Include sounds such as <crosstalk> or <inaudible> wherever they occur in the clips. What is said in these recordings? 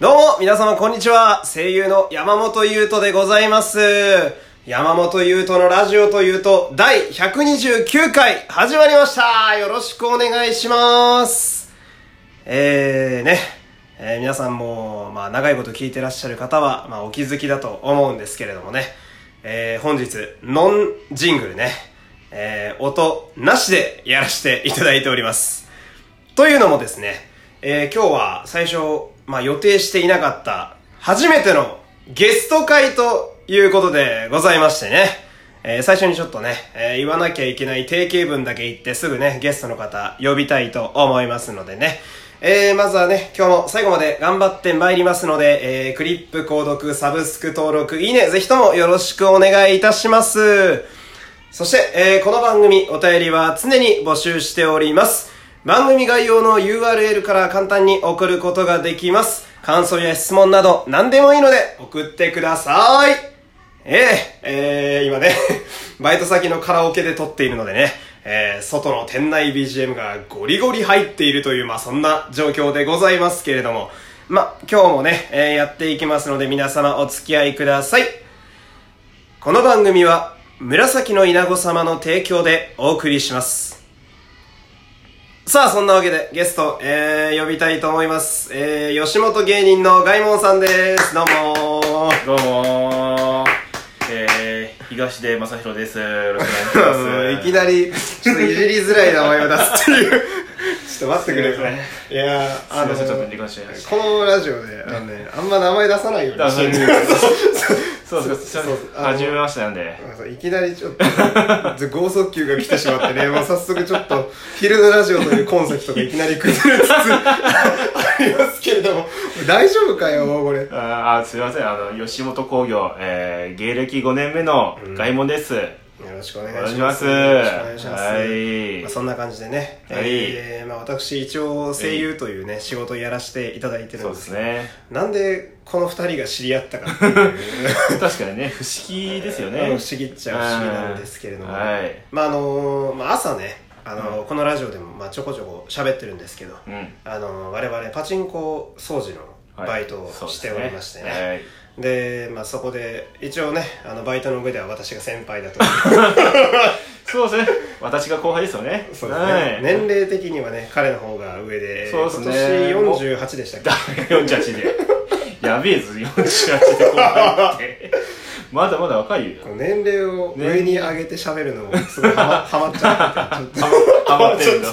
どうも、皆様こんにちは。声優の山本優斗でございます。山本優斗のラジオというと、第129回始まりました。よろしくお願いします。えーね、えー皆さんも、まあ、長いこと聞いてらっしゃる方は、まあ、お気づきだと思うんですけれどもね、えー本日、ノンジングルね、えー音なしでやらせていただいております。というのもですね、えー今日は最初、まあ、予定していなかった、初めてのゲスト会ということでございましてね、えー最初にちょっとね、えー言わなきゃいけない定型文だけ言ってすぐね、ゲストの方呼びたいと思いますのでね、えーまずはね、今日も最後まで頑張って参りますので、えークリップ、購読、サブスク登録、いいね、ぜひともよろしくお願いいたします。そして、えーこの番組お便りは常に募集しております。番組概要の URL から簡単に送ることができます。感想や質問など何でもいいので送ってください。えええー今ね、 <laughs> バイト先のカラオケで撮っているのでね、えー外の店内 BGM がゴリゴリ入っているという、まあそんな状況でございますけれども、まあ今日もね、えーやっていきますので皆様お付き合いください。この番組は紫の稲子様の提供でお送りしますさあそんなわけでゲスト、えー、呼びたいと思います、えー、吉本芸人のガイモンさんですどうもーどうもー、えー、東出正宏です。よろしくお願いし <laughs> います。きなりちょっといじりづらい名前を出すって <laughs> いうちょっと待ってくれよすいまいやーああのの、ちょっとー離婚しちゃいましこのラジオであの、ね、あんま名前出さないようた。 <laughs> にあしそうてるそうそうそそううそうそう。初めましてなんで。いきなりちょっ <laughs> と、剛速球が来てしまってね、もう早速ちょっと、昼のラジオというコンセプトがいきなり崩れつつありますけれども、大丈夫かよ、これ。ああ、すいません。あの、吉本興業、えー、芸歴5年目の外門です。よろしくおお願願いいししま。ますす。よろしくお願いします。はいまあ、。そんな感じでね、はいえーまあ、私一応声優というね、仕事をやらせていただいてるそんうでですすけど、 <laughs> ね。なんでこの二人が知り合ったかっていう。確かにね、不思議ですよね。あの不思議っちゃ不思議なんですけれども、うんはいまああのまあ、朝ね、あのこのラジオでもまあちょこちょこ喋ってるんですけど、うんあの我々パチンコ掃除のはいバイトをしておりましてね,、そうですねはいでまあ、そこで一応ねあのバイトの上では私が先輩だとそうですね。私が後輩ですよね。そうですね、はい年齢的にはね彼の方が上でそうですね今年48でしたっけだ48でやべえぞ48で後輩ってまだまだ若いよ年齢を上に上げて喋るのもすごいハマハマっちゃってて <laughs> ちょっとハマってるの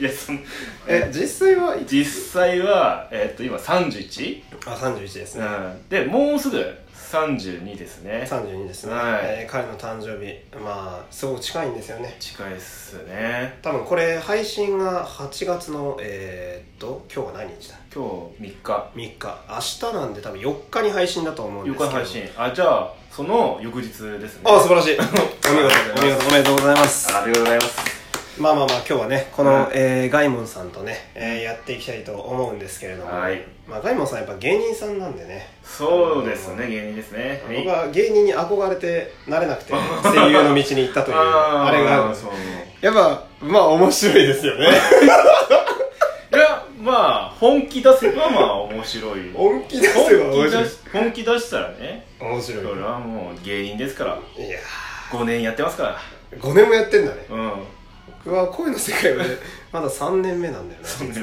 いやそのえ実際は実際は、えっと今 31?、あ31ですね、うん、でもうすぐ32ですね32ですね、はいえー彼の誕生日まあすごく近いんですよね近いっすね多分これ配信が8月のえー、っと今日は何日だ今日3日3日明日なんで多分4日に配信だと思うんです4けど日配信あじゃあその翌日ですねあ素晴らしい <laughs> お見あ事お見りが事おめでとうございますありがとうございますまあまあまあ今日はねこの、はいえーガイモンさんとね、えーやっていきたいと思うんですけれども、はいまあ、ガイモンさんやっぱ芸人さんなんでねそうですね芸人ですねはい僕は芸人に憧れてなれなく <laughs> て声優の道に行ったというあれがあるんーですそうやっぱまあ面白いですよ <laughs> ねいやまあ本気出せばまあ面白い <laughs> 本気出本せば面気白い出し本気出したらね面白そいれはもう芸人ですからいや5年やってますからー5年もやってんだねうん僕は恋の世界はねまだ3年目なんだよねそんな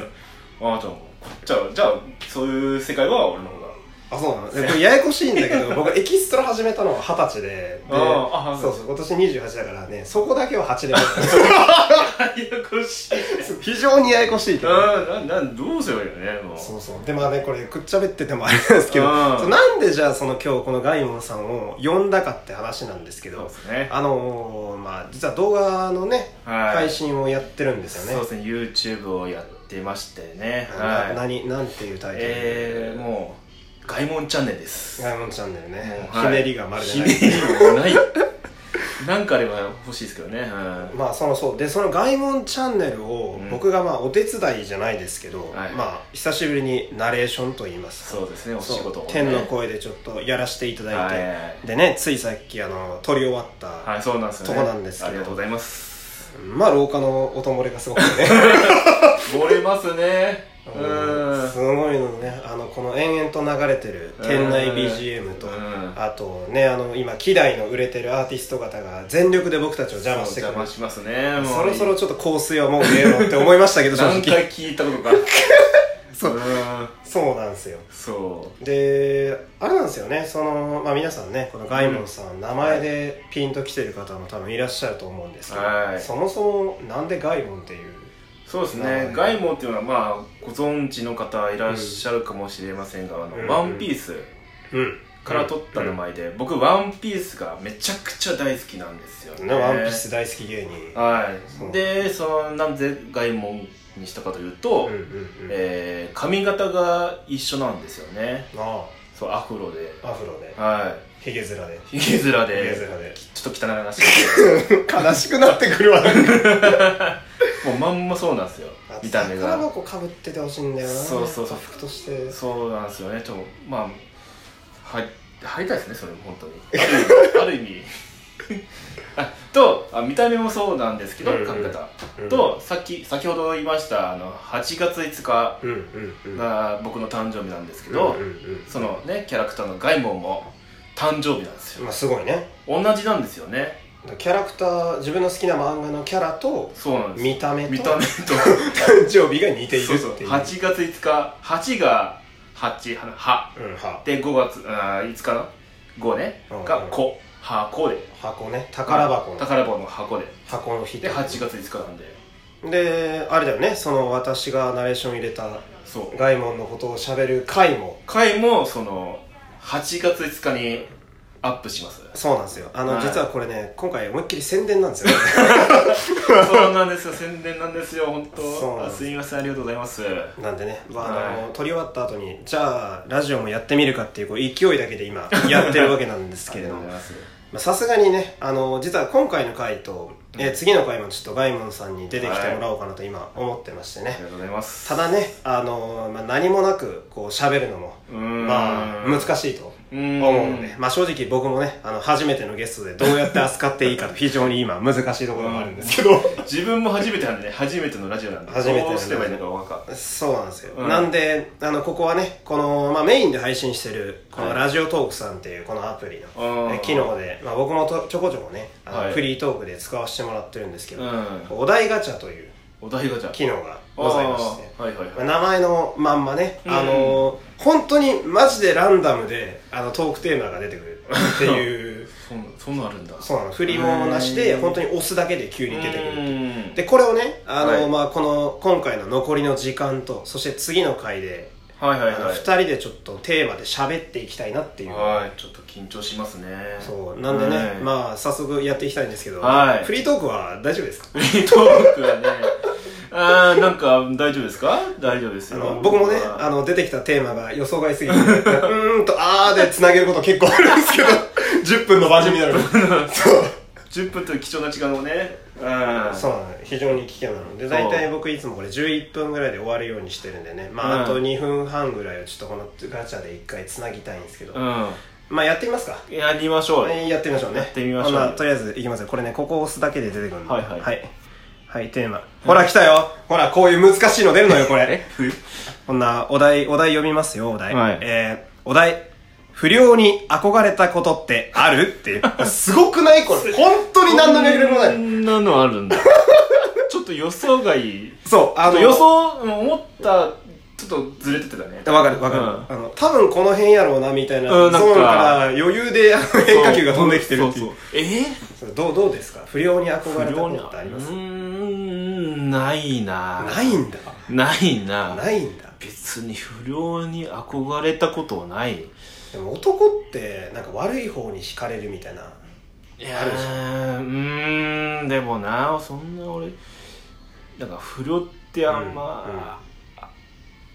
ああじゃあじゃあじゃあそういう世界は俺の方があそうなの <laughs> でこれややこしいんだけど僕エキストラ始めたのは二十歳でであーあそうそう今年28だからねそこだけは8で <laughs> ややこしい非常にややこしいけどああななんどうすればいいよねもうそうそうでまあねこれくっちゃべっててもあれなんですけどうんそうなんでじゃあその今日このガイモンさんを呼んだかって話なんですけそうどですねあのー、まあ実は動画のね、はい配信をやってるんですよそうねですね YouTube をやってましてねなはい何なんていうタイトルえー、もう外門チャンネルですガイモンチャンネルね、もうはいひねりがまるでないひねりもないなんかあれば欲しいですけどねうんまあそのそうでその外門チャンネルをうん僕がまあお手伝いじゃないですけど、はいまあ久しぶりにナレーションと言いますかそうですねおそう仕事をね天の声でちょっとやらせていただいて、はいはいはいでねついさっきあの撮り終わった、はい、そうなんですよ、ね。とこなんですけどありがとうございます。まあ廊下の音漏れがすごくてね <laughs> 漏れますね。ううんん。すごいのねねあのこの延々と流れてる店内 BGM と、うんあとねあの今希代の売れてるアーティスト方が全力で僕たちを邪魔してく邪魔るしますねそもうろそろちょっと香水はもう入れろって思いま <laughs> したけど正何直回聞いたことか <laughs> そうーんそうなんですよそであれなんですよねその、まあ、皆さんねこのガイモンさん、名前でピンときてる方も多分いらっしゃると思うんですけど、はいそもそもなんでガイモンっていううそうですはいね外門っていうのはまあご存知の方いらっしゃるかもしれませんが「あのうんワンピースうんから取った名前で、僕ワンピースがめちゃくちゃ大好きなんですよねね、ワンピース大好き芸人はそういでそのなんで外門にしたかというと、うんうんうんえー髪型が一緒なんですよねあそうアフロであアフロではヒゲ面でいひげ面ヒゲで面でちょっと汚い <laughs> 話ですけ悲しくなってくるわなんかどもうまんまそうなんですよ <laughs> 見た目宝が箱かぶっててほしいんだよなそうそやうそうっぱ服としてそうなんですよねちょっとまあは入りたいですねそれも本当 <laughs> にある意味ある意味 <laughs> あとあ見た目もそうなんですけどうんうん髪型、うんとさっき先ほど言いましたあの8月5日うんうんうんが僕の誕生日なんですけうんど、うんうんそのねキャラクターのガイモンも誕生日なんですよまあすごいね同じなんですよねキャラクター自分の好きな漫画のキャラとそうなんです見た目と見た目と誕生日が似ているってそいううそう8月5日8が8ははうんはで5月あー5日の5ねうんがこ箱で箱ね宝箱の宝箱の箱で箱の日で8月5日なんでであれだよねその私がナレーション入れたそうガイモンのことをしゃべる回も回もその8月5日にアップしますそうなんですよあの、はい実はこれね今回思いっきり宣伝なんですよそうなんですよ宣伝なんですよ本そう当なんあですすみませんありがとうございますなんでね、まああのは撮り終わった後にじゃあラジオもやってみるかっていうこう勢いだけで今やってるわけなんですけれどもありがとうございますまあさすがにねあの実は今回の回と、えー次の回もちょっとガイモンさんに出てきてもらおうかなと今思ってましてね、ありがとうございますただねあの、まあ、何もなくこう喋るのもうーんまあ難しいとうーん思うので、まあ、正直僕もねあの初めてのゲストでどうやって扱っていいか <laughs> と非常に今難しいところもあるんですけど自分も初めてなんでね初めてのラジオなんで初めてなんでどうすればいいのか分かんないそうなんですよ、うんなんであのここはねこの、まあ、メインで配信してるこのはいラジオトークさんっていうこのアプリの、うんえ機能で、まあ、僕もとちょこちょこねあの、はいフリートークで使わせてもらってるんですけど、うお題ガチャというんお題がじゃあ機能がございましてあーはいはいはいまあ名前のまんまね、あの本当にマジでランダムであのトークテーマが出てくるって <laughs> いうそんそんなんあるんだそうなの振りもなしで本当に押すだけで急に出てくるっていうるでこれをねあの、はいまあ、この今回の残りの時間とそして次の回で、はいはいあのはい2人でちょっとテーマで喋っていきたいなっていう、はいちょっと緊張しますねそうなんでね、はいまあ早速やっていきたいんですけど、はいフリートークは大丈夫ですかフリ <laughs> ートークはねあーなんか大丈夫ですか大丈夫ですあよの僕もねあの出てきたテーマが予想外すぎてうーんとあーでつなげること結構あるんですけ <laughs> ど10分のバージョンになるそう10分という貴重な時間をねうんそうなの非常に危険なのでそう大体僕いつもこれ11分ぐらいで終わるようにしてるんでねまあ、うんあと2分半ぐらいをちょっとこのガチャで一回つなぎたいんですけど、うまあやってみますかんやりましょうやってみましょうねやってみましょうあとりあえずいきますよこれねここを押すだけで出てくるんではいはいはい、はいテーマほら来たよほらこういう難しいの出るのよこれえ冬こんなお題お題読みますよお題、はいえー、お題不良に憧れたことってあるっていうすごくないこれ本当に何のレベルもないこんなのあるん <laughs> だちょっと予想外そうああのの予想うん思ったちょっとずれてたねわかるわかる、あの多分この辺やろうなみたいなうんなんかゾーンから余裕であの変化球が飛んできてるっていうそうそうえそれどうどうですか不良に不憧れた良こにとってありますうーんないなないんだないなないんだ別に不良に憧れたことはないいでも男ってなんか悪い方に惹かれるみたいなやーあるでしょうーんでもなそんな俺なんか不良ってあんま、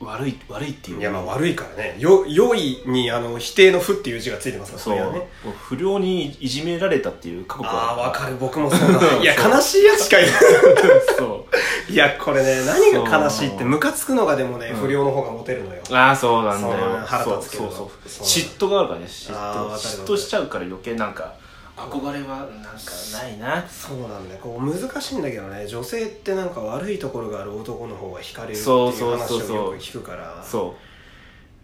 悪い悪いっていういやまあ悪いからねよ良いにあの否定の「不」っていう字がついてますからそう、れはねもう不良にいじめられたっていう過去ああわかるる僕もそう <laughs> だいやそう悲しいやつかい <laughs> そいやこれね何が悲しいってそうムカつくのがでもねうん不良の方がモテるのようああそうなんだそうよ腹そう立つけそどうそうそう嫉妬があるからね嫉あーわか妬る嫉妬しちゃうから余計なんか憧れはなんかないなそうなんだよこう難しいんだけどね女性ってなんか悪いところがある男の方が惹かれるっていうそうそう話そうそうをよく聞くからそ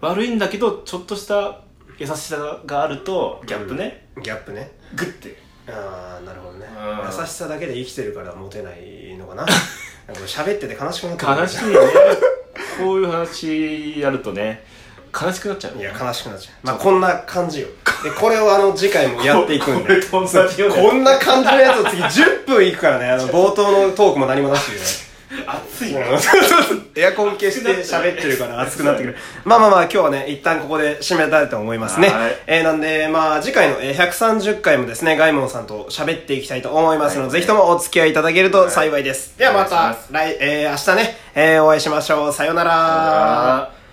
悪いんだけどちょっとした優しさがあるとギャップね、ギャップねグッてああなるほどねうん優しさだけで生きてるからモテないのか <laughs> ななんか喋ってて悲しくなってくる悲しいねこういう話やるとね悲しくなっちゃういや悲しくなっちゃうまあこんな感じよ <laughs> でこれをあの次回もやっていくんこでれと同じようなこんな感じのやつを <laughs> 次10分いくからねあの冒頭のトークも何もなしでね熱いね <laughs> エアコン消して喋ってるから熱くなってくる。まあまあまあ今日はね、一旦ここで締めたいと思いますねはい。えー、なんで、まあ次回のえー130回もですね、ガイモンさんと喋っていきたいと思いますのはで、ぜいひともお付き合いいただけると幸いです。ではまお願いたします来、えー明日ね、えーお会いしましょう。さようなら。あー